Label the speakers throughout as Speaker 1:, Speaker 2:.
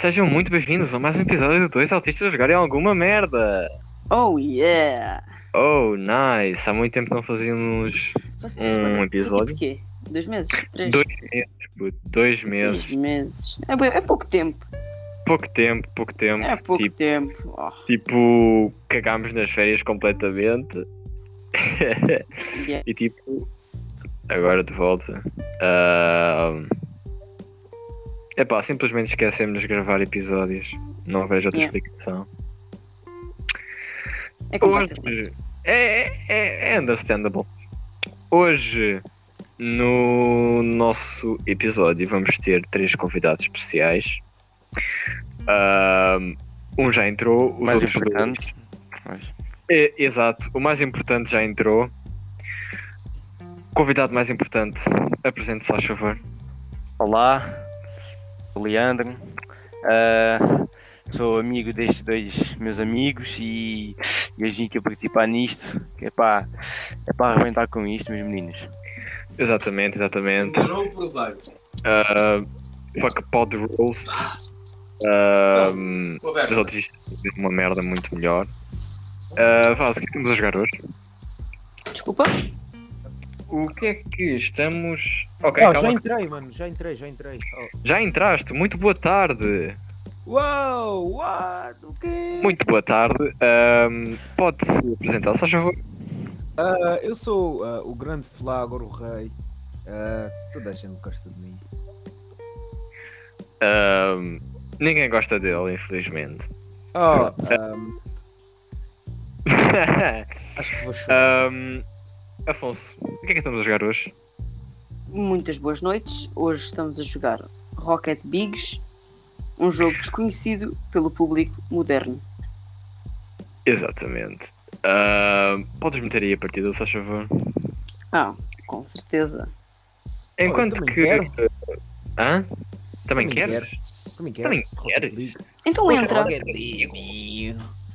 Speaker 1: Sejam muito bem-vindos a mais um episódio do Dois Autistas Jogarem Alguma Merda.
Speaker 2: Oh yeah!
Speaker 1: Oh, nice. Há muito tempo não fazíamos
Speaker 2: Vocês
Speaker 1: Um
Speaker 2: isso
Speaker 1: episódio?
Speaker 2: Tipo quê? Dois meses? Três?
Speaker 1: dois meses, puto. Dois
Speaker 2: Três
Speaker 1: meses.
Speaker 2: meses. É, bué- é pouco tempo.
Speaker 1: Pouco tempo, pouco tempo.
Speaker 2: É pouco
Speaker 1: tipo,
Speaker 2: tempo. Oh,
Speaker 1: tipo, cagámos nas férias completamente.
Speaker 2: yeah.
Speaker 1: E tipo, agora de volta. Ah, Epá, simplesmente esquecemos de gravar episódios. Não vejo outra
Speaker 2: Yeah.
Speaker 1: explicação.
Speaker 2: É como
Speaker 1: Hoje
Speaker 2: vocês dizem.
Speaker 1: é, é- é, é understandable. Hoje, no nosso episódio, vamos ter três convidados especiais. Ahm, um já entrou, os
Speaker 3: mais
Speaker 1: outros dois-
Speaker 3: importante. Pois.
Speaker 1: É, exato, o mais importante já entrou. Convidado mais importante, apresente-se, a favor.
Speaker 3: Olá, sou o Leandro, ah, sou amigo destes dois meus amigos e, e hoje vim aqui participar nisto, que é para é para arrebentar com isto, meus meninos.
Speaker 1: Exatamente, exatamente.
Speaker 4: Demorou por vários.
Speaker 1: Ah, fuck Pod Rules. Ahm, os
Speaker 4: Conversa.
Speaker 1: outros fizeram uma merda muito melhor. Ah, Vaz, o que é que estamos a jogar hoje?
Speaker 2: Desculpa?
Speaker 1: O que é que estamos. Ok,
Speaker 5: Ó, já
Speaker 1: calma.
Speaker 5: entrei, mano, já entrei, já entrei. Oh. Ó.
Speaker 1: Já entraste, muito boa tarde.
Speaker 5: Uou, what? O quê?
Speaker 1: Muito boa tarde. Ahm, Pode-se apresentar, se faz favor.
Speaker 5: Ah, eu sou ah, o grande Flagor, o rei. Ah, toda a gente gosta de mim.
Speaker 1: Ahm, ninguém gosta dele, infelizmente. Ah,
Speaker 5: Ó, ahm, ah, acho
Speaker 1: Ah,
Speaker 5: que vou chorar.
Speaker 1: Ahm, Afonso, o que é que estamos a jogar hoje?
Speaker 2: Muitas boas noites. Hoje estamos a jogar Rocket Bigs, um jogo desconhecido pelo público moderno.
Speaker 1: Exatamente. Ahm, podes meter aí a partida, se faz favor.
Speaker 2: Ah, com certeza.
Speaker 1: Enquanto
Speaker 5: também
Speaker 1: que.
Speaker 5: quero.
Speaker 1: Hã? Também,
Speaker 5: Também
Speaker 1: queres?
Speaker 5: Também
Speaker 1: também
Speaker 5: é queres?
Speaker 1: queres?
Speaker 2: Então entra.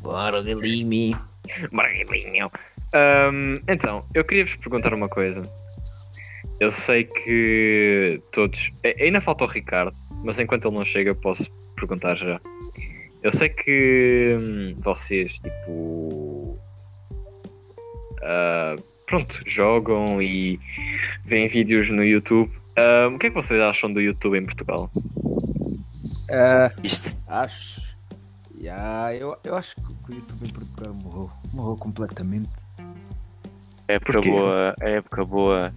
Speaker 5: Bora, Galimi.
Speaker 1: Maravilhinho. Ahm, então, eu queria vos perguntar uma coisa. Eu sei que todos. a- Ainda falta o Ricardo, mas enquanto ele não chega, eu posso perguntar já. Eu sei que hum, vocês, tipo. ah, pronto, jogam e veem vídeos no YouTube. Ahm, o que é que vocês acham do YouTube em Portugal?
Speaker 3: Isto.
Speaker 5: Ah, Acho. Ya, eu, eu acho que o YouTube em Portugal morreu. Morreu completamente.
Speaker 3: A é época
Speaker 1: Porquê?
Speaker 3: boa, a época boa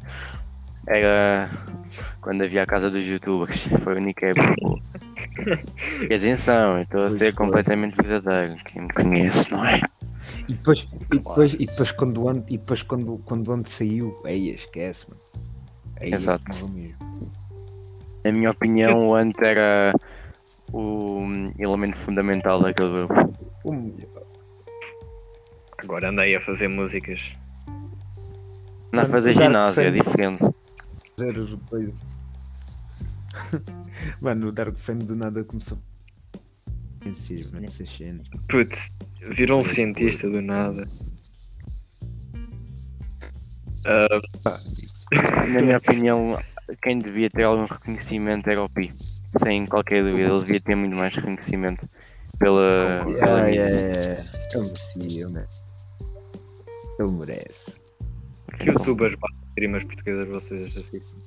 Speaker 3: era quando havia a casa dos youtubers, foi a única época boa. E atenção, eu estou a
Speaker 5: Pois
Speaker 3: ser
Speaker 5: foi.
Speaker 3: completamente verdadeiro, quem me conhece, não é?
Speaker 5: E depois, e depois, e depois quando o ano, e depois quando, quando o ano saiu, aí esquece, mano. Aí
Speaker 3: Exato.
Speaker 5: é que morreu mesmo.
Speaker 3: Na minha opinião, o Ant era o hum, elemento fundamental daquele grupo.
Speaker 5: Um-
Speaker 1: Agora andei a fazer músicas.
Speaker 3: Não
Speaker 5: Ant
Speaker 3: fazer
Speaker 5: era
Speaker 3: ginásio, é
Speaker 5: sempre-
Speaker 3: diferente.
Speaker 5: zero coisa. Mano, o Dark Fame do nada começou. Esses, mano, essas cenas.
Speaker 1: Putz, virou um cientista do nada. Ah,
Speaker 3: Na minha opinião, quem devia ter algum reconhecimento era o Pi. Sem qualquer dúvida, ele devia ter muito mais reconhecimento pela. pela
Speaker 5: Ah, é,
Speaker 3: mídia.
Speaker 5: é, é. Ele merecia, ele merece. Ele merece.
Speaker 1: que youtubers streamers portuguesas vocês assim. assistem?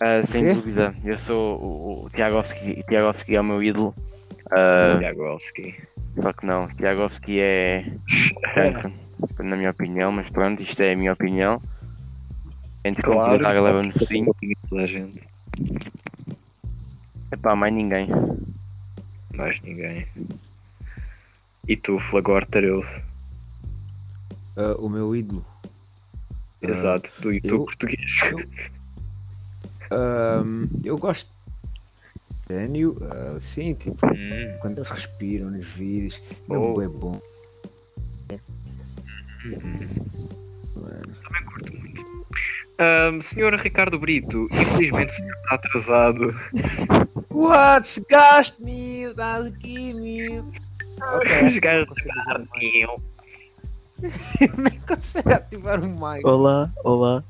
Speaker 3: Ah, sem
Speaker 5: Quê?
Speaker 3: dúvida, eu sou o, o Tiagovski, Tiagovski é o meu ídolo. Ah,
Speaker 1: Tiago Olski.
Speaker 3: Só que não, Tiagovski é. é, na minha opinião, mas pronto, isto é a minha opinião. Entre
Speaker 1: Claro.
Speaker 3: completar, leva no sim.
Speaker 1: Toda a gente.
Speaker 3: Epá, mais ninguém.
Speaker 1: Mais ninguém. E tu, Flagor Tareus.
Speaker 5: Ah, o meu ídolo. Ah,
Speaker 1: Exato, do YouTube
Speaker 5: eu-
Speaker 1: português.
Speaker 5: Ahm, eu gosto de gênio, ah, sim, tipo,
Speaker 1: Hum,
Speaker 5: quando eles respiram nos vídeos,
Speaker 1: Oh.
Speaker 5: não é bom.
Speaker 1: curto muito. Ahm, senhor Ricardo Brito, infelizmente o senhor está atrasado.
Speaker 5: What? Chegaste, meu, estás aqui, meu.
Speaker 1: Os gajos é
Speaker 5: não consegue ativar o mic.
Speaker 6: Olá, olá.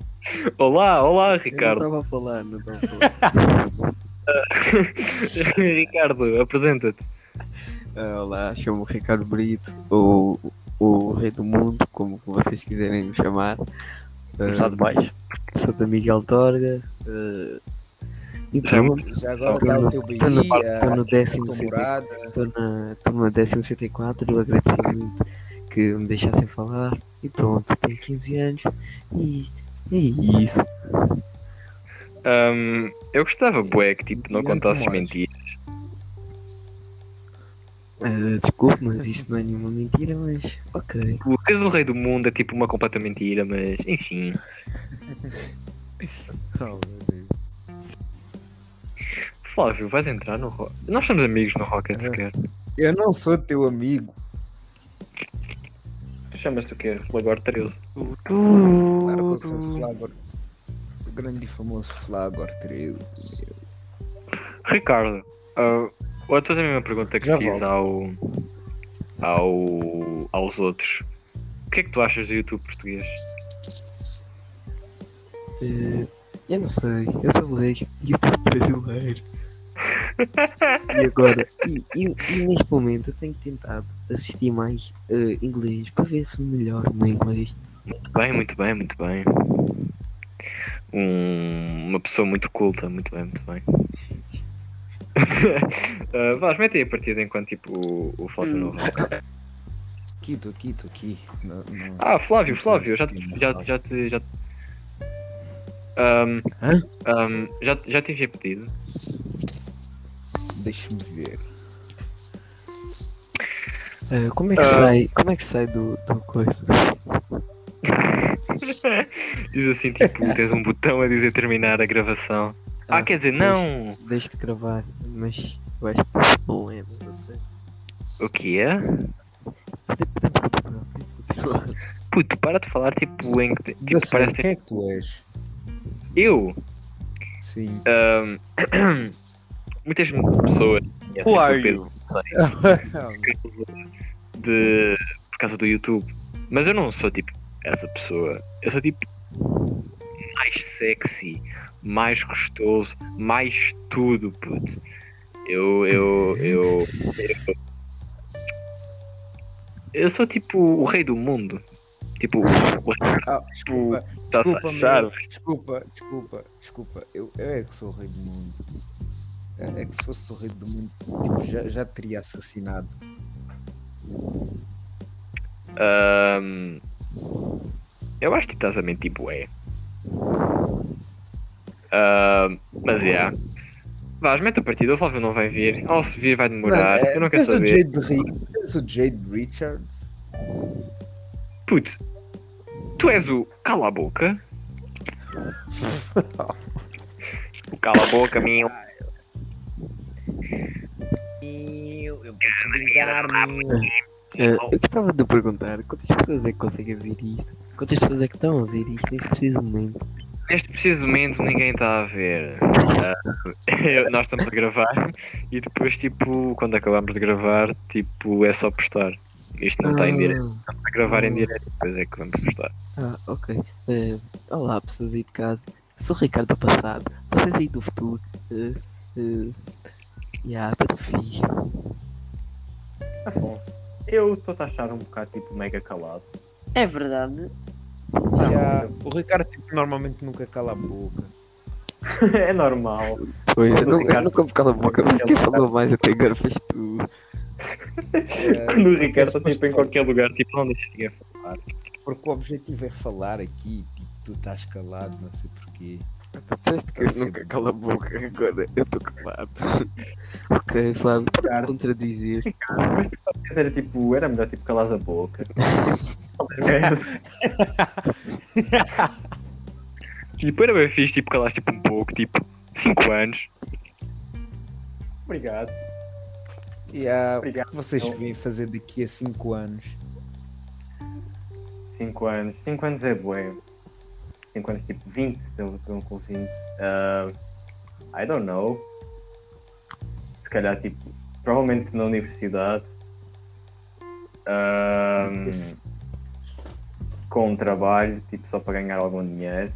Speaker 1: Olá, olá,
Speaker 4: Eu
Speaker 1: Ricardo.
Speaker 4: não estava a falar, não estava a falar.
Speaker 1: Ricardo, apresenta-te.
Speaker 4: Ah, olá, chamo-me Ricardo Brito, ou o Rei do Mundo, como vocês quiserem me chamar.
Speaker 3: Começar de baixo.
Speaker 4: Ah, sou da Miguel Torga. ah, e
Speaker 1: Já é
Speaker 4: pronto, ah,
Speaker 5: Já agora
Speaker 4: Tô
Speaker 5: dá
Speaker 4: no-
Speaker 5: o teu
Speaker 4: tô no- tô no
Speaker 5: Bahia,
Speaker 4: décimo
Speaker 5: a tua
Speaker 4: segundo.
Speaker 5: morada.
Speaker 4: estou na turma 164, eu agradeci muito que me deixassem falar. E pronto, tenho 15 anos e é isso.
Speaker 1: Ahm, eu gostava, bué, que tipo, não
Speaker 5: Guilherme
Speaker 1: contasses
Speaker 5: Tomás.
Speaker 1: mentiras.
Speaker 4: Ah, desculpe, mas isso não é nenhuma mentira, mas ok.
Speaker 1: O Seres o Rei do Mundo é tipo uma completa mentira, mas enfim.
Speaker 5: Oh,
Speaker 1: Flávio, vais entrar no Rocket? Nós somos amigos no Rocket,
Speaker 5: É.
Speaker 1: sequer.
Speaker 5: Eu não sou teu amigo.
Speaker 1: Chamas-te o quê? Flagor 13.
Speaker 5: Claro que eu sou o Flagor. O grande e famoso Flagor 13. meu.
Speaker 1: Ricardo, ah, vou te fazer a mesma pergunta que
Speaker 5: Já
Speaker 1: fiz ao, ao, aos outros. O que é que tu achas do YouTube português?
Speaker 4: Ah, eu não sei, eu sou leigo e estou brasileiro. e agora, e, e- e neste momento eu tenho tentado assistir mais ah, inglês para ver se melhor o meu inglês.
Speaker 1: Muito bem, muito bem, muito bem. Um- uma pessoa muito culta, muito bem, muito bem. Ah, Vaz, mete aí a partida enquanto tipo, o, o Flávio
Speaker 2: Hum.
Speaker 1: não vai.
Speaker 5: Aqui, tô aqui, tô aqui. Não- não-
Speaker 1: Ah, Flávio,
Speaker 5: Não
Speaker 1: Flávio, eu já,
Speaker 5: precisas
Speaker 1: já,
Speaker 5: de
Speaker 1: já te. Já, te- Ahm,
Speaker 5: Hã?
Speaker 1: ahm, um, já, já te havia pedido.
Speaker 5: Deixa-me ver.
Speaker 4: Ah, como, é que
Speaker 1: Ah.
Speaker 4: sai, como é que sai do, do coisa?
Speaker 1: Diz assim, tipo, tens um botão a dizer terminar a gravação. Ah, quer dizer, não!
Speaker 4: Deixa de gravar, mas eu acho que não é, não sei.
Speaker 1: O que é? Puto, para de falar, tipo, em que.
Speaker 5: Eu
Speaker 1: Tipo,
Speaker 5: sei,
Speaker 1: parece.
Speaker 5: quem é que tu és?
Speaker 1: Eu!
Speaker 5: Sim.
Speaker 1: Ahm, um, muitas pessoas. conhecem
Speaker 3: Who are
Speaker 1: o Pedro
Speaker 3: you?
Speaker 5: É.
Speaker 1: De, por causa do YouTube. Mas eu não sou, tipo, essa pessoa. Eu sou, tipo, mais sexy, mais gostoso, mais tudo, puto. Eu. Eu. Eu. Eu, eu sou, tipo, o rei do mundo. Tipo, o Ricardo
Speaker 5: Ah, desculpa,
Speaker 1: está a
Speaker 5: desculpa,
Speaker 1: achar.
Speaker 5: meu. desculpa, desculpa, desculpa. Eu, eu é que sou o rei do mundo. É, é que se fosse o rei do mundo, tipo, já, já teria assassinado.
Speaker 1: Ahm, eu acho que estás a mentir, bué. Ahm, mas é. Vás, mete a partida, o Flávio não vai vir. Ou se vir, vai demorar.
Speaker 5: Mano, é-
Speaker 1: eu não quero
Speaker 5: és o
Speaker 1: saber.
Speaker 5: Jade Ri- és o Jade Richards?
Speaker 1: Puto, tu és o cala a boca. o cala a boca, meu.
Speaker 5: Eu, eu vou brincar, meu.
Speaker 4: Eh, eu gostava de perguntar quantas pessoas é que conseguem ver isto? Quantas pessoas é que estão a ver isto neste preciso momento?
Speaker 1: Neste preciso momento, ninguém está a ver. Ah, eu- nós estamos a gravar e depois, tipo, quando acabamos de gravar, tipo, é só postar. Isto não está em direto. a gravar em direto, depois é que vamos postar.
Speaker 4: Ah, ok. Eh, olá, pessoas aí de casa. Sou o Ricardo do passado, vocês aí do futuro. eh, eh, yeah, tá tudo fixe.
Speaker 1: Tá Eu estou a achar um bocado tipo mega calado.
Speaker 2: É verdade.
Speaker 5: Já, o Ricardo tipo, normalmente nunca cala a boca.
Speaker 1: é normal.
Speaker 4: Foi, eu,
Speaker 1: Quando o
Speaker 4: não, eu
Speaker 1: Ricardo-
Speaker 4: nunca me calo a boca, mas quem falou mais até agora fez tu.
Speaker 5: É,
Speaker 1: Quando o Ricardo está
Speaker 5: porque-
Speaker 1: tipo em qualquer lugar, tipo, não deixa ninguém falar.
Speaker 5: Porque o objetivo é falar aqui, tipo, tu estás calado, não sei porquê.
Speaker 4: Tu disseste que eu nunca calo a boca, agora eu tô calado. ok, Flávio, para contradizer.
Speaker 1: Era tipo, era melhor tipo calar a boca. tipo, era bem fixe, tipo, calaste tipo um pouco, tipo, 5 anos. Obrigado.
Speaker 5: E há, o que é
Speaker 1: Obrigado.
Speaker 5: que vocês vêm fazer daqui a 5 anos?
Speaker 1: 5 anos. 5 anos é bué. 5 anos, tipo 20, pelo que eu com 20. Ah, I don't know. Se calhar, tipo, provavelmente na universidade. Ah, com um trabalho, tipo, só para ganhar algum dinheiro.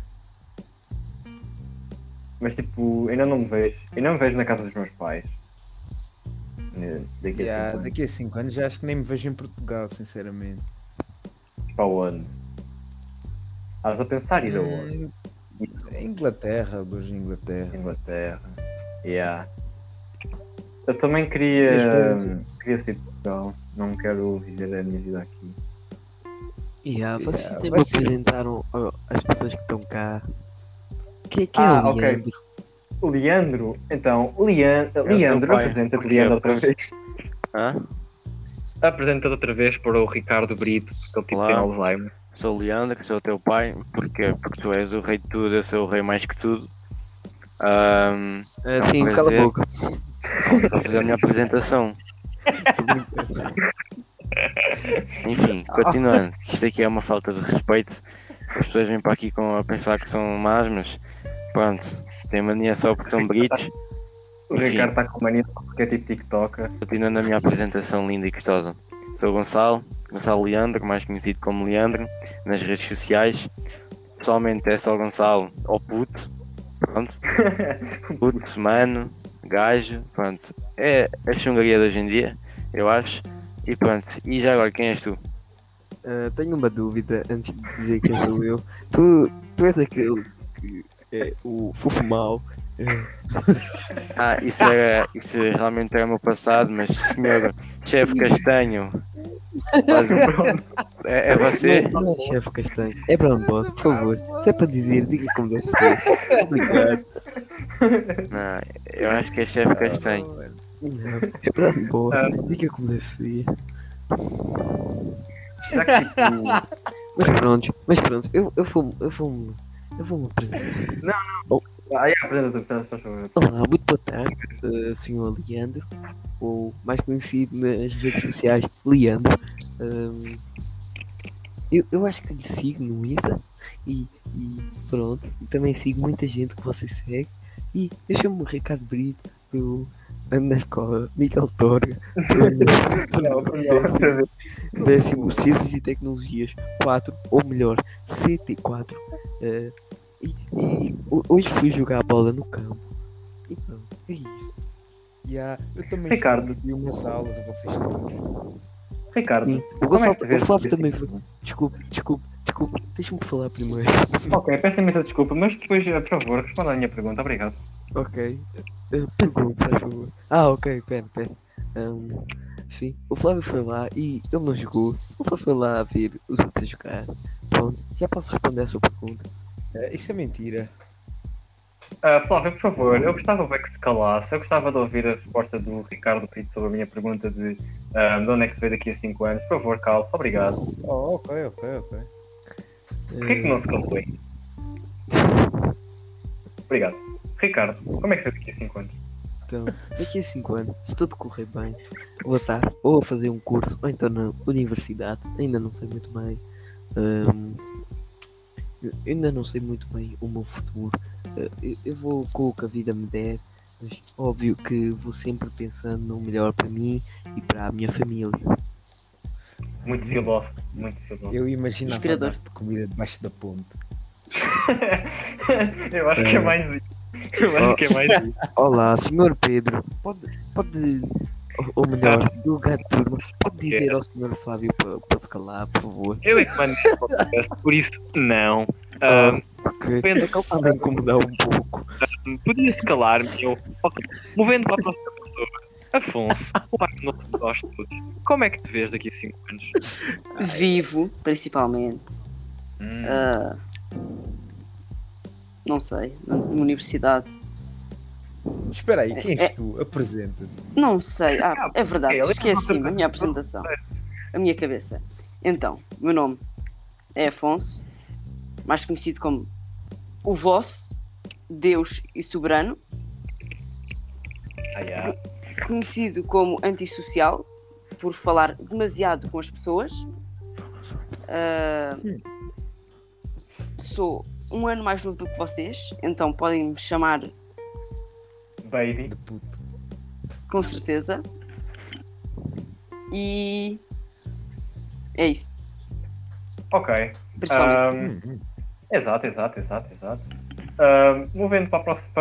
Speaker 1: Mas tipo, ainda não me vejo. Ainda me vejo na casa dos meus pais. Eh, Daqui a
Speaker 5: Yeah,
Speaker 1: cinco anos.
Speaker 5: daqui a 5 anos já acho que nem me vejo em Portugal, sinceramente.
Speaker 1: Para onde? Estavas a pensar ir aonde?
Speaker 5: Hum, Inglaterra, hoje Inglaterra.
Speaker 1: Inglaterra. Yeah. Eu também queria, queria sair de Portugal. Não quero viver a minha vida aqui.
Speaker 4: Yeah, vocês
Speaker 5: Yeah,
Speaker 4: nem
Speaker 5: vai
Speaker 4: me
Speaker 5: ser-
Speaker 4: apresentaram ó, as pessoas que estão cá. Quem, quem é
Speaker 1: Ah,
Speaker 4: o
Speaker 1: ok.
Speaker 4: Leandro?
Speaker 1: O Leandro, então, o Lean- Leandro,
Speaker 3: pai.
Speaker 1: apresenta-te
Speaker 3: Porque
Speaker 1: Leandro outra
Speaker 3: eu-
Speaker 1: vez.
Speaker 3: Hã?
Speaker 1: Apresenta-te outra vez para o Ricardo Brito, porque ele tipo, tem
Speaker 3: Olá.
Speaker 1: Alzheimer.
Speaker 3: Sou o Leandro, sou o teu pai. Porquê? Porque tu és o rei de tudo, eu sou o rei mais que tudo. Ahm,
Speaker 4: Ah,
Speaker 3: um
Speaker 4: sim, cala
Speaker 3: prazer.
Speaker 4: a boca.
Speaker 3: vou fazer a minha apresentação. Enfim, continuando. Isto aqui é uma falta de respeito. As pessoas vêm para aqui com, a pensar que são más, mas pronto, têm mania só porque são britos.
Speaker 1: O
Speaker 3: Enfim.
Speaker 1: Ricardo está com mania porque é tipo TikToker.
Speaker 3: Continuando a minha apresentação linda e gostosa. Sou o Gonçalo, Gonçalo Leandro, mais conhecido como Leandro, nas redes sociais. Pessoalmente é só Gonçalo, ou puto, pronto. Puto, mano, gajo, pronto. É a chungaria de hoje em dia, eu acho. E pronto, e já agora, quem és tu?
Speaker 4: Ah, tenho uma dúvida antes de dizer quem sou eu. Tu, tu és aquele que é o fofo mau.
Speaker 3: Ah, isso, era, isso realmente era o meu passado, mas senhor, chefe castanho, é, é você?
Speaker 4: Não, não é chefe castanho. É Brown Boss, por favor. Se é para dizer, diga como deve ser. Obrigado.
Speaker 3: Não, eu acho que é chefe castanho.
Speaker 4: Não, É Brown Boss, diga como deve ser.
Speaker 1: Será que tipo.
Speaker 4: Mas pronto, mas pronto, eu, eu vou eu vou eu vou me apresentar.
Speaker 1: Aí apresenta-te, faz favor.
Speaker 4: Olá, muito boa tarde, eh, senhor Leandro, ou mais conhecido nas redes sociais, Leandro. Ahm, eu, eu acho que lhe sigo no Insta e, e pronto, e também sigo muita gente que você segue. E eu chamo-me Ricardo Brito, eu ando na escola Miguel Torga,
Speaker 1: Não, não.
Speaker 4: décimo Ciências e Tecnologias 4, ou melhor, CT4. eh, e, e ho- hoje fui jogar a bola no campo. E pronto, é isso.
Speaker 5: Yeah, eu também
Speaker 1: Ricardo.
Speaker 5: fui de umas aulas a vocês todos.
Speaker 1: Ricardo,
Speaker 4: Sim, o
Speaker 1: como é
Speaker 4: Gonçalo,
Speaker 1: que te vês
Speaker 4: o Flávio
Speaker 1: neste
Speaker 4: também
Speaker 1: tipo?
Speaker 4: foi. Desculpe, desculpe, desculpe, deixa-me falar primeiro.
Speaker 1: Ok, peço imensa desculpa, mas depois, eh, por favor, responda à minha pergunta, obrigado.
Speaker 4: Ok. eh, Pergunta, se faz favor. Ah, ok, pera, pera. Ahm, sim, o Flávio foi lá e ele não jogou. Ele só foi lá ver os outros a jogar. Pronto, já posso responder a sua pergunta.
Speaker 5: É, isso é mentira.
Speaker 1: Ah, Flávio, por favor, eu gostava bem que se calasse, eu gostava de ouvir a resposta do Ricardo Pinto sobre a minha pergunta de, ah, de onde é que se vê daqui a 5 anos. Por favor, calça, obrigado.
Speaker 5: Oh, ok, ok, ok.
Speaker 1: Porquê que
Speaker 4: Ahm,
Speaker 1: não se calou aí? Obrigado. Ricardo, como é que se vê daqui a 5 anos?
Speaker 4: Então, daqui a 5 anos, se tudo correr bem, vou estar ou a fazer um curso ou então na universidade, ainda não sei muito bem. Ahm, eu ainda não sei muito bem o meu futuro. Ah, eu, eu vou com o que a vida me der, mas óbvio que vou sempre pensando no melhor para mim e para a minha família.
Speaker 1: Muito filósofo, muito filósofo.
Speaker 5: Eu imaginava
Speaker 2: Inspirador.
Speaker 5: dar-te comida debaixo da ponte.
Speaker 1: eu acho que é mais isso. Eu acho que é mais isso.
Speaker 4: Olá, senhor Pedro, pode, pode ou- ou melhor, do gato turma, pode dizer ao senhor Fábio para, para se calar, por favor.
Speaker 1: Eu é que mando este podcast, por isso, não. Ah,
Speaker 4: Porque
Speaker 1: Pedro,
Speaker 4: é que ele está a incomodar um pouco.
Speaker 1: Podia se calar, meu. Ok. Movendo para a próxima pessoa. Afonso, o mais novo de nós todos. Como é que te vês daqui a 5 anos?
Speaker 2: Vivo, principalmente.
Speaker 1: Hum,
Speaker 2: Ah, não sei, na na universidade.
Speaker 5: Espera aí, quem
Speaker 2: É-
Speaker 5: és tu? Apresenta-te.
Speaker 2: Não sei. Ah, é verdade,
Speaker 1: ok, ele-
Speaker 2: esqueci-me a minha apresentação. A minha cabeça. Então, o meu nome é Afonso, mais conhecido como o vosso, Deus e Soberano,
Speaker 3: ah,
Speaker 1: ai, ai.
Speaker 2: conhecido como antissocial, por falar demasiado com as pessoas. Ah, sou um ano mais novo do que vocês, então podem me chamar
Speaker 1: Baby.
Speaker 5: De puto.
Speaker 2: com certeza. E é isso,
Speaker 1: Ok.
Speaker 2: principalmente.
Speaker 1: Ahm, Um, exato, exato, exato, exato. Ahm, movendo para a próxima,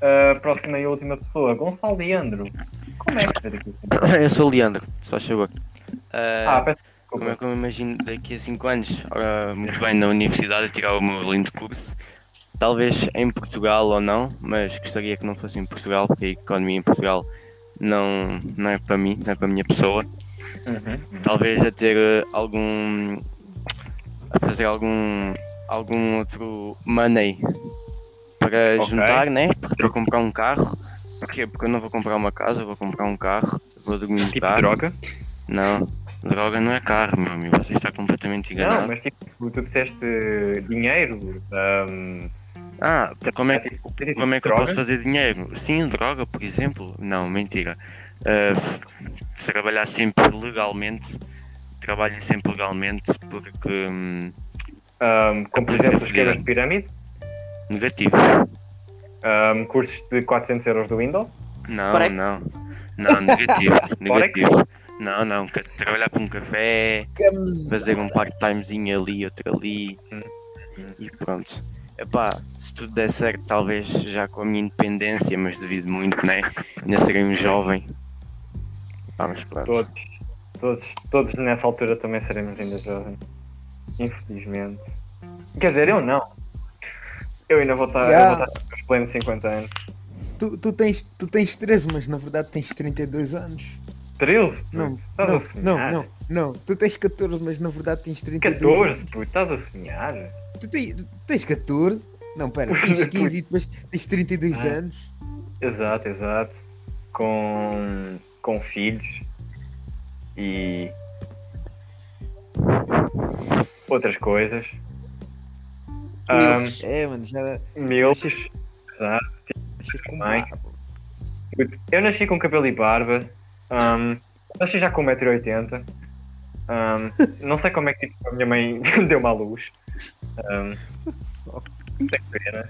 Speaker 1: para a próxima e última pessoa, Gonçalo Leandro. Como é que se vê daqui? a cinco anos?
Speaker 3: Eu sou o Leandro, só chegou.
Speaker 1: Ah, peço
Speaker 3: como
Speaker 1: desculpa.
Speaker 3: é que eu me imagino daqui a 5 anos? Ora, muito bem, na universidade a tirar o meu lindo curso. Talvez em Portugal ou não, mas gostaria que não fosse em Portugal, porque a economia em Portugal não, não é para mim, não é para a minha pessoa.
Speaker 1: Uhum.
Speaker 3: Talvez a ter eh, algum. a fazer algum. algum outro money para
Speaker 1: Ok.
Speaker 3: juntar, né? Porque para comprar um carro. Porquê? Porque eu não vou comprar uma casa, vou comprar um carro, vou dormir no
Speaker 1: Tipo
Speaker 3: carro.
Speaker 1: droga?
Speaker 3: Não, droga não é carro, meu amigo. Você está completamente
Speaker 1: Não,
Speaker 3: enganado.
Speaker 1: mas tipo, tu disseste dinheiro. ahm,
Speaker 3: Ah, como é, que,
Speaker 1: tipo,
Speaker 3: como é que eu
Speaker 1: droga?
Speaker 3: posso fazer dinheiro? Sim, droga, por exemplo? Não, mentira. Ah, se trabalhar sempre legalmente, trabalhem sempre legalmente, porque. hum,
Speaker 1: Ahm, como por
Speaker 3: Polícia
Speaker 1: exemplo, esquemas
Speaker 3: Federal.
Speaker 1: um, de pirâmide,
Speaker 3: negativo.
Speaker 1: ahm, cursos de 400 euros do Windows.
Speaker 3: Não,
Speaker 2: Forex?
Speaker 3: não. Não, negativo. negativo. Não, não. ca- Trabalhar para um café, fazer um part-timezinho ali, outro ali.
Speaker 1: Hum.
Speaker 3: E pronto. Epá, se tudo der certo, talvez já com a minha independência, mas devido muito, né? Ainda serei um jovem. Epá, mas pronto.
Speaker 1: Todos, todos, todos nessa altura também seremos ainda jovens. Infelizmente. Quer dizer, eu não. Eu ainda vou estar, eu vou
Speaker 5: Yeah.
Speaker 1: estar com os plenos 50 anos.
Speaker 5: Tu, tu, tens, tu tens 13, mas na verdade tens 32 anos.
Speaker 1: 13?
Speaker 5: Não,
Speaker 1: puto, estás
Speaker 5: não,
Speaker 1: a
Speaker 5: não,
Speaker 1: sonhar.
Speaker 5: não, não. Tu tens 14, mas na verdade tens 32 anos.
Speaker 1: 14, puto, estás a sonhar?
Speaker 5: Tu tens, tu tens 14? Não, pera, tens 15 e depois tens 32
Speaker 1: Ah.
Speaker 5: anos.
Speaker 1: Exato, exato. Com, com filhos e outras coisas.
Speaker 2: Milfs.
Speaker 5: É, mano, já
Speaker 1: Ahm, milfs.
Speaker 5: Achas-
Speaker 1: Exato.
Speaker 5: achas com
Speaker 1: Mãe.
Speaker 5: barba.
Speaker 1: Eu nasci com cabelo e barba. ahm, nasci já com 1,80m. não sei como é que tipo, a minha mãe deu-me à luz. Ahm, sem pena.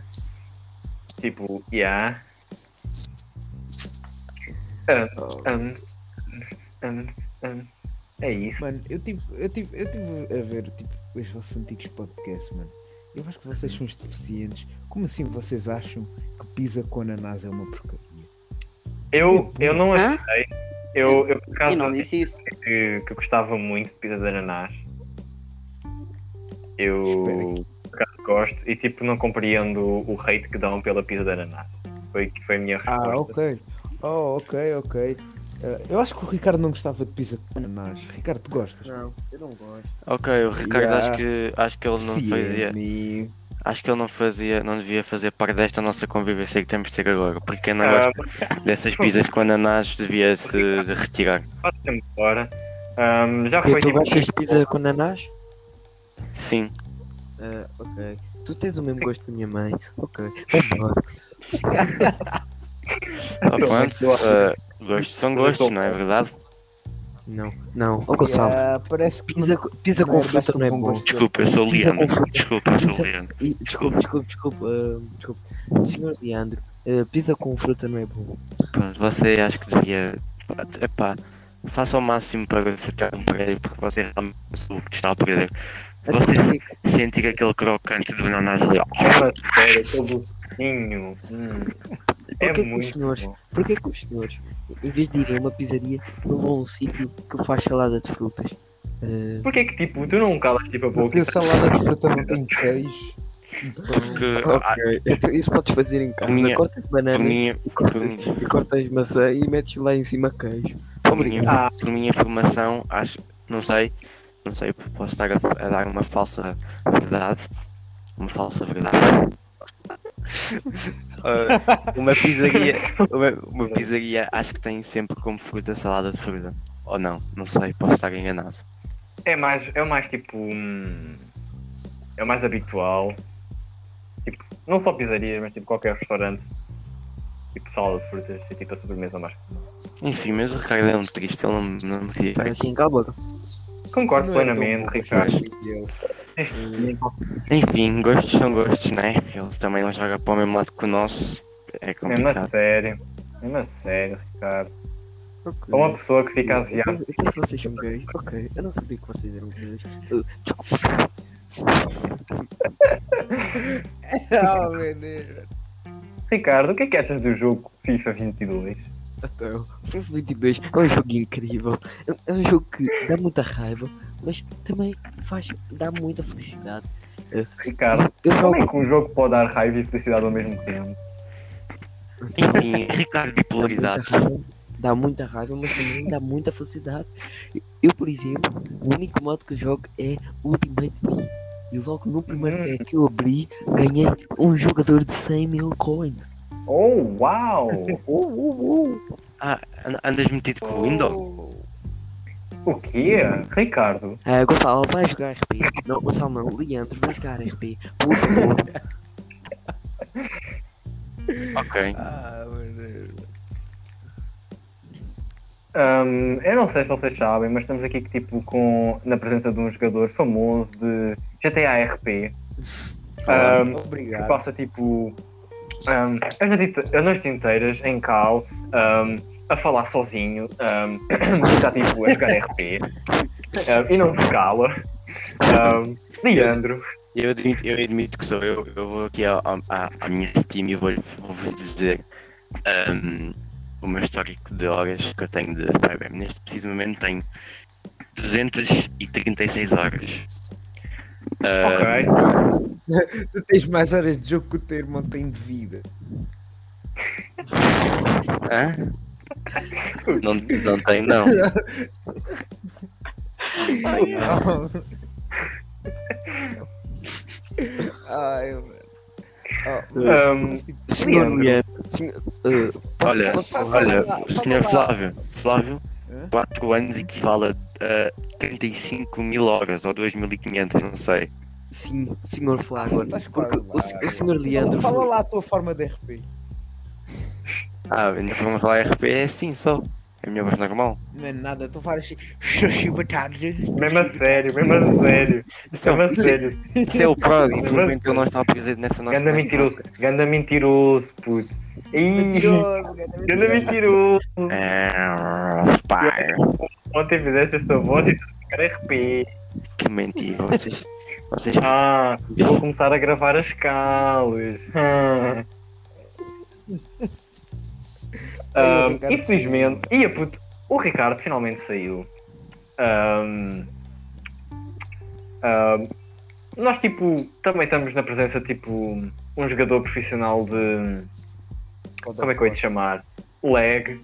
Speaker 1: Tipo, yeah.
Speaker 5: Oh.
Speaker 1: Ahm, ahm, ahm. É isso.
Speaker 5: Mano, eu tive, eu, tive, eu tive a ver tipo, os vossos antigos podcasts, mano. Eu acho que vocês são os deficientes. Como assim vocês acham que pizza com ananás é uma porcaria?
Speaker 1: Eu, eu não
Speaker 2: Hã?
Speaker 1: achei. Eu, eu por causa
Speaker 2: Eu não disse isso.
Speaker 1: que, que eu gostava muito de pizza de ananás. Eu por acaso, gosto e tipo não compreendo o hate que dão pela pizza de ananás. Foi que foi a minha resposta.
Speaker 5: Ah, ok. Oh, ok, ok. Eh, eu acho que o Ricardo não gostava de pizza com ananás. Ricardo, tu gostas?
Speaker 4: Não, eu não gosto.
Speaker 3: Ok, o Ricardo
Speaker 5: Yeah.
Speaker 3: acho, que, acho que ele não
Speaker 5: Sim,
Speaker 3: fazia.
Speaker 5: amigo.
Speaker 3: Acho que ele não fazia, não devia fazer parte desta nossa convivência que temos de ter agora. Porque quem não
Speaker 1: Ah,
Speaker 3: gosta dessas pizzas com ananás devia-se de retirar.
Speaker 1: passa-me embora. Ahm, já foi
Speaker 4: Porque tu
Speaker 1: tipo.
Speaker 4: gostas de pizza com nanás?
Speaker 3: Sim.
Speaker 4: Ah, ok. Tu tens o mesmo gosto da minha mãe. Ok. Vambora.
Speaker 3: Ah, pronto, ah, gostos são gostos, não é verdade?
Speaker 4: Não, não. Ô Gonçalo,
Speaker 5: Ah, parece que
Speaker 4: pizza, co- pizza
Speaker 5: Não,
Speaker 4: com fruta
Speaker 5: basta
Speaker 4: não é
Speaker 5: com
Speaker 4: bom.
Speaker 5: gosto.
Speaker 3: Desculpa, eu sou o
Speaker 4: Pizza
Speaker 3: Leandro.
Speaker 4: com fruta.
Speaker 3: Desculpa, eu sou
Speaker 4: Pizza-
Speaker 3: o Leandro.
Speaker 4: Ih, Desculpa, desculpa, desculpa. ah, desculpa. Senhor Leandro, ah, pizza com fruta não é bom.
Speaker 3: Pronto, você acho que devia. Epá, faça o máximo para você ter um prédio, porque você realmente não sabe o que está a perder. Você
Speaker 4: Até porque-
Speaker 3: sentir aquele crocante do ananás ali.
Speaker 1: Uma série, aquele docinho. Hum.
Speaker 4: Por
Speaker 1: É
Speaker 4: que que os
Speaker 1: muito.
Speaker 4: senhores-
Speaker 1: bom.
Speaker 4: Porquê que os senhores, em vez de irem a uma pizzaria, não vão a um sítio que faz salada de frutas? Ah,
Speaker 1: Porquê que tipo, tu não calas tipo a boca?
Speaker 5: Porque a salada de fruta não tem queijo.
Speaker 3: Porque ah,
Speaker 4: ok, então isso podes fazer em casa.
Speaker 3: Minha-
Speaker 4: Corta as
Speaker 3: por
Speaker 4: bananas
Speaker 3: minha,
Speaker 4: e corta,
Speaker 3: por minha-
Speaker 4: e corta as maçãs e metes lá em cima queijo.
Speaker 3: por minha,
Speaker 1: Ah.
Speaker 3: por minha formação, acho. Não sei. Não sei, posso estar a, a dar uma falsa verdade. Uma falsa verdade. Ah, uma pizzaria. Uma, uma pizzaria acho que tem sempre como fruta salada de fruta. Ou não, não sei, posso estar enganado.
Speaker 1: É mais, é mais tipo. hum, É mais habitual. Tipo, não só pizzarias, mas tipo qualquer restaurante. Tipo salada de frutas e tipo a sobremesa mais.
Speaker 3: Enfim, mas o Ricardo é um triste, ele não, não me queria.
Speaker 4: Está assim, cala a boca.
Speaker 1: Concordo
Speaker 5: Não é tão
Speaker 1: plenamente,
Speaker 5: bom.
Speaker 1: Ricardo.
Speaker 3: Enfim, gostos são gostos, né? Ele também não joga para o mesmo lado que o nosso. É
Speaker 1: Mesmo a
Speaker 3: complicado.
Speaker 1: sério. Mesmo a sério, Ricardo.
Speaker 4: Ok.
Speaker 1: Ou uma pessoa que fica
Speaker 4: Então-
Speaker 1: asiada.
Speaker 4: Então se vocês são gays, ok. Eu não sabia que vocês eram gays. Eu- Uh, Desculpa.
Speaker 5: Ah, meu Deus.
Speaker 1: Ricardo, o que é que achas do jogo FIFA 22?
Speaker 4: Então, FIFA 22 é um jogo incrível. É- É um jogo que dá muita raiva, mas também faz, dá muita felicidade.
Speaker 1: Ricardo,
Speaker 4: Eu
Speaker 1: como é
Speaker 4: jogo.
Speaker 1: que um jogo pode dar raiva e felicidade ao mesmo tempo?
Speaker 3: Enfim, Ricardo
Speaker 4: Dá
Speaker 3: bipolarizado.
Speaker 4: muita raiva, dá muita raiva, mas também dá muita felicidade. Eu, por exemplo, o único modo que eu jogo é Ultimate Team. E logo no primeiro
Speaker 1: Hum.
Speaker 4: pack que eu abri, ganhei um jogador de 100 mil coins.
Speaker 1: Oh, uau!
Speaker 4: Uh, uh, uh.
Speaker 3: An- Andas metido com o Windows?
Speaker 1: O quê? Ricardo?
Speaker 4: Ah, Gonçalo, vai jogar RP. Não, Gonçalo não, Leandro, vai jogar RP. Por favor.
Speaker 3: Ok.
Speaker 5: Ah, meu Deus.
Speaker 1: Hum, eu não sei se vocês sabem, mas estamos aqui tipo com, na presença de um jogador famoso de GTA RP. Hum, que
Speaker 5: Obrigado.
Speaker 1: passa tipo hum, as, noites, as noites inteiras em cal hum, a falar sozinho, hum, está tipo a jogar RP hum, e não se cala. Hum, Leandro,
Speaker 3: Eu admito, eu admito que sou eu. Eu vou aqui à, à, à minha Steam e vou- vou-vos dizer ahm, o meu histórico de horas que eu tenho de Firebam. Neste preciso momento tenho 236 horas. Ah,
Speaker 1: ok.
Speaker 5: Tu tens mais horas de jogo que o teu irmão tem de vida.
Speaker 3: hã? Não, não tenho, não.
Speaker 1: Ah.
Speaker 5: Ai, mano. Oh,
Speaker 1: Hum,
Speaker 5: mas, tipo,
Speaker 4: Senhor
Speaker 1: Leandro.
Speaker 4: Leandro, senhor, eh,
Speaker 3: Olha,
Speaker 4: posso- posso-
Speaker 3: olha,
Speaker 5: falar? Posso
Speaker 3: senhor
Speaker 5: falar?
Speaker 3: Flávio, Flávio,
Speaker 5: Hã?
Speaker 3: 4 anos equivale a 35 mil horas ou 2.500, não sei.
Speaker 4: Sim, senhor Flávio.
Speaker 5: Estás
Speaker 4: Porque
Speaker 5: quase lá,
Speaker 4: o, se- o
Speaker 5: eu-
Speaker 4: senhor Leandro.
Speaker 5: fala, fala lá a tua forma de RP.
Speaker 3: Ah, a minha forma de falar RP é assim só. É a minha voz normal.
Speaker 5: Não é nada, tu falas assim. Xuxi, boa tarde.
Speaker 1: Mesmo a sério, mesmo a sério,
Speaker 3: Isso é,
Speaker 1: mesmo a
Speaker 3: isso é-
Speaker 1: sério.
Speaker 3: isso é o prod, infelizmente ele não está presente nessa nossa. é
Speaker 1: Ganda
Speaker 3: nesta
Speaker 1: mentiroso, ganda mentiroso, puto. Ih,
Speaker 5: Mentiroso, cara,
Speaker 1: Ganda mentiroso.
Speaker 3: nossa- Ah, pá,
Speaker 1: Ontem fizeste essa voz e tu ficar RP.
Speaker 3: que mentira. Vocês, vocês
Speaker 1: Ah, eu vou começar a gravar as calas. Ah.
Speaker 5: Ai, o
Speaker 1: Ahm,
Speaker 5: Ricardo
Speaker 1: Ah, infelizmente, ia puto, o Ricardo finalmente saiu. Ah, Ahm, ahm, ah, nós, tipo, também estamos na presença, tipo, um jogador profissional de. Como é que eu ia te chamar? Lag.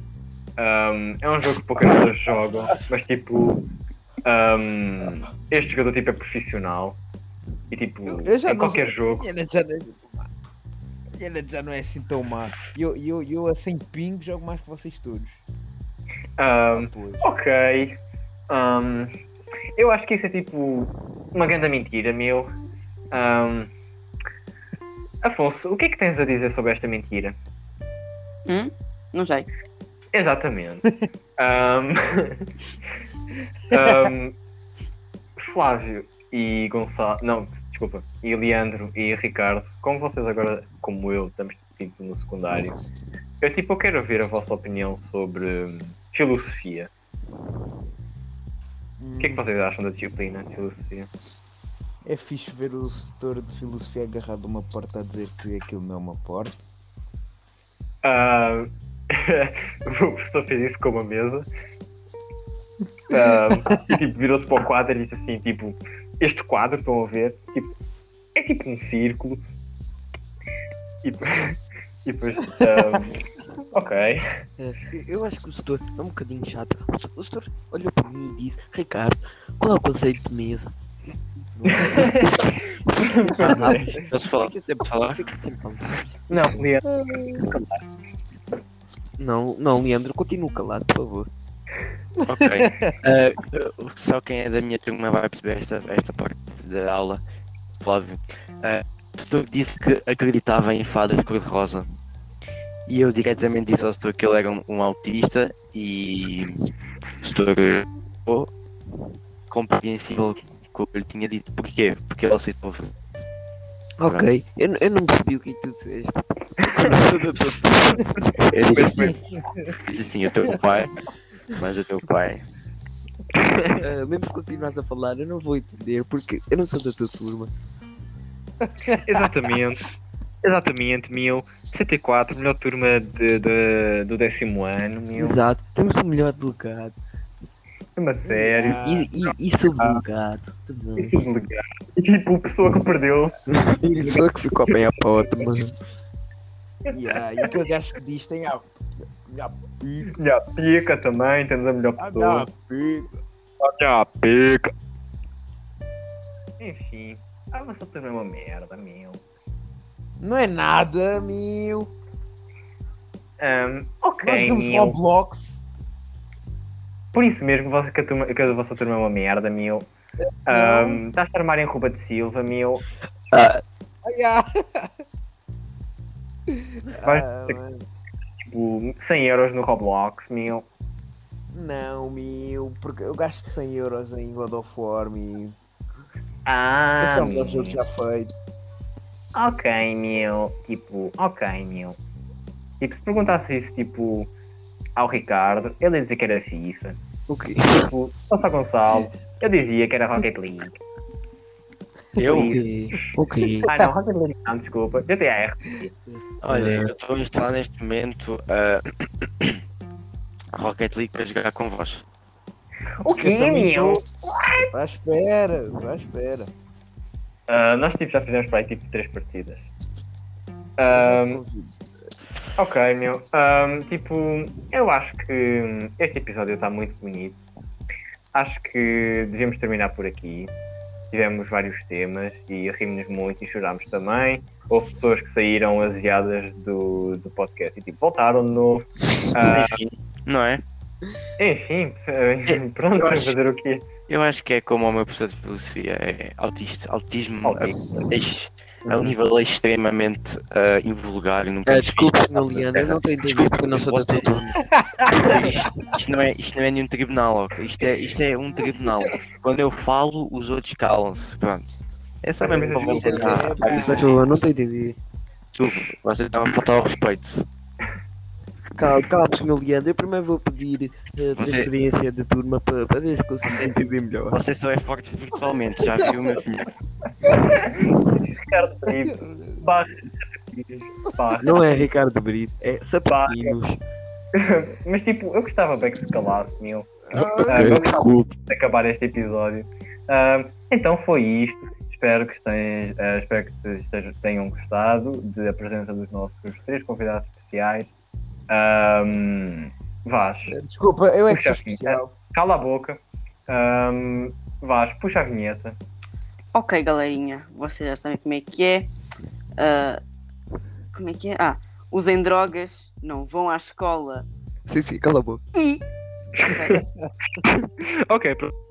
Speaker 1: Ahm, é um jogo que poucas pessoas jogam, mas, tipo, ahm, este jogador, tipo, é profissional. E, tipo,
Speaker 5: Eu já
Speaker 1: em
Speaker 5: não
Speaker 1: qualquer
Speaker 5: sei-
Speaker 1: jogo.
Speaker 5: Minha net já não é assim tão má. Minha net já não é assim tão má. E Eu, e eu, e eu a 100 ping jogo mais que vocês todos.
Speaker 1: Ahm,
Speaker 5: Pois.
Speaker 1: Um, Ok. Ahm, eu acho que isso é tipo uma grande mentira, meu. Ahm, Afonso, o que é que tens a dizer sobre esta mentira?
Speaker 2: Hum? Não sei.
Speaker 1: Exatamente. Ahm, ahm, Flávio e Gonçalo. Não, desculpa. E Leandro e Ricardo, como vocês agora, como eu, estamos tipo, no secundário, eu tipo eu quero ouvir a vossa opinião sobre hum, filosofia. O que é que vocês acham da disciplina de filosofia?
Speaker 5: Hum, É fixe ver o setor de filosofia agarrado a uma porta a dizer que aquilo não é uma porta.
Speaker 1: Ah, o professor fez isso com uma mesa. Ah, e, tipo, virou-se para o quadro e disse assim, tipo, este quadro, estão a ver, tipo, é tipo um círculo. E, e depois, ah, ok.
Speaker 4: É, eu- eu acho que o setor é um bocadinho chato. O se- O setor olhou para mim e disse: Ricardo, qual é o conceito de mesa?
Speaker 3: Posso falar?
Speaker 4: Fica sempre-
Speaker 3: Posso falar?
Speaker 4: fica sempre calado.
Speaker 1: Não, Leandro,
Speaker 4: Não, não, Leandro, continua calado, por favor.
Speaker 3: Ok. Eh, eh, só quem é da minha turma vai perceber esta, esta parte da aula. Flávio. Eh, o Setor disse que acreditava em fadas cor-de-rosa. E eu diretamente disse ao Setor que ele era um, um autista e. o Setor. ficou compreensível com o que eu lhe tinha dito. Porquê? Porque ele aceitou.
Speaker 4: Ok, eu, eu não percebi o que é que tu disseste. Continua, doutor.
Speaker 3: Eu disse assim: disse assim o teu pai. Mas o teu pai
Speaker 4: Ah, mesmo se continuares a falar, eu não vou entender, porque eu não sou da tua turma.
Speaker 1: Exatamente. Exatamente, meu. CT4, melhor turma de, de- do décimo ano, meu.
Speaker 4: Exato, temos o melhor delegado.
Speaker 1: É uma sério.
Speaker 4: E, e, e sou delegado também.
Speaker 1: E tipo, pessoa que perdeu.
Speaker 4: E a pessoa que ficou bem a porta, mano.
Speaker 5: Yeah, e aquele gajo que diz tem a. a pica,
Speaker 1: E a pica também, temos a melhor
Speaker 5: a minha pica.
Speaker 1: Olha a pica. Enfim, a nossa turma é uma merda, meu.
Speaker 5: Não é nada, meu.
Speaker 1: Ahm,
Speaker 5: Nós
Speaker 1: É, ok,
Speaker 5: jogamos
Speaker 1: meu.
Speaker 5: Roblox.
Speaker 1: Por isso mesmo vossa- que a, turma, que a vossa turma é uma merda, meu.
Speaker 5: É,
Speaker 1: Ahm, Estás a armar em Ruba de Silva, meu.
Speaker 5: Ah, yeah.
Speaker 1: Vai-
Speaker 5: Ah, mano.
Speaker 1: Tipo, 100 euros no Roblox, meu.
Speaker 5: não, meu. Porque eu gasto 100 euros em God of War, meu.
Speaker 1: Ah,
Speaker 5: Esse é o
Speaker 1: meu.
Speaker 5: melhor jogo já feito.
Speaker 1: ok, meu. Tipo, ok, meu. Tipo, se perguntasse isso, tipo, ao Ricardo, ele ia dizer que era FIFA.
Speaker 4: O quê?
Speaker 1: Tipo, se fosse ao Gonçalo, eu dizia que era Rocket League.
Speaker 4: O
Speaker 3: Eu?
Speaker 4: quê? O quê?
Speaker 1: Ah, não, Rocket League não, desculpa. GTR.
Speaker 3: Olha,
Speaker 4: É.
Speaker 3: eu estou a instalar neste momento a Rocket League para jogar com vós.
Speaker 1: O quê,
Speaker 5: Eu também
Speaker 1: meu?
Speaker 5: tô- Vai à espera, vai à espera.
Speaker 1: Ah, nós tipo, já fizemos para aí tipo 3 partidas. Ahm, ok, meu. Ahm, tipo, eu acho que este episódio está muito bonito. Acho que devemos terminar por aqui. Tivemos vários temas e rimos muito e chorámos também. Houve pessoas que saíram asiadas do, do podcast e tipo, voltaram de novo. Ah,
Speaker 3: Enfim, não é?
Speaker 1: enfim, pronto,
Speaker 3: Eu acho-
Speaker 1: fazer o quê?
Speaker 3: Eu acho que é como o meu professor de filosofia é autista. Autismo
Speaker 1: Ok.
Speaker 3: é, ex- é um nível extremamente ah, invulgar. e nunca
Speaker 4: Ah,
Speaker 3: me
Speaker 4: desculpa,
Speaker 3: fiz-
Speaker 4: senhor Leandro, eu não estou a entender
Speaker 3: Desculpa,
Speaker 4: porque eu não sou da
Speaker 3: posso-
Speaker 4: tua turma.
Speaker 3: Isto, isto não é, isto não é nenhum tribunal, ok? isto, é, isto é um tribunal. Quando eu falo, os outros calam-se. Pronto. É só mesmo para vocês.
Speaker 5: Desculpa,
Speaker 3: Ah,
Speaker 5: é,
Speaker 3: isso é
Speaker 4: Mas eu não estou a entender.
Speaker 3: tudo. Vocês estão a faltar ao respeito.
Speaker 4: Calma, calma, senhor Leandro, eu primeiro vou pedir
Speaker 3: Você-
Speaker 4: a transferência de turma para, para ver se consigo
Speaker 3: Você-
Speaker 4: entender melhor.
Speaker 3: Você só é forte virtualmente, já viu, meu senhor?
Speaker 1: Ricardo Brito, barra, barra.
Speaker 4: Não é Ricardo Brito, é Sapatinhos.
Speaker 1: Mas tipo, eu gostava bem que se calasse, meu. Ah,
Speaker 4: Eu
Speaker 1: vamos de acabar este episódio. Ah, então foi isto. Espero que, tenhas, ah, espero que te estej- tenham gostado da presença dos nossos três convidados especiais. Ah, Ahm, Vás,
Speaker 5: Desculpa, eu é que sou
Speaker 1: Puxa, filho.
Speaker 5: especial.
Speaker 1: cala a boca. Ahm, Vás, puxa a vinheta.
Speaker 2: Ok, galerinha, vocês já sabem como é que é. Ah, como é que é? Ah, usem drogas, não vão à escola
Speaker 4: Sim, sim, cala a boca.
Speaker 2: e.
Speaker 4: é.
Speaker 1: Ok, pronto.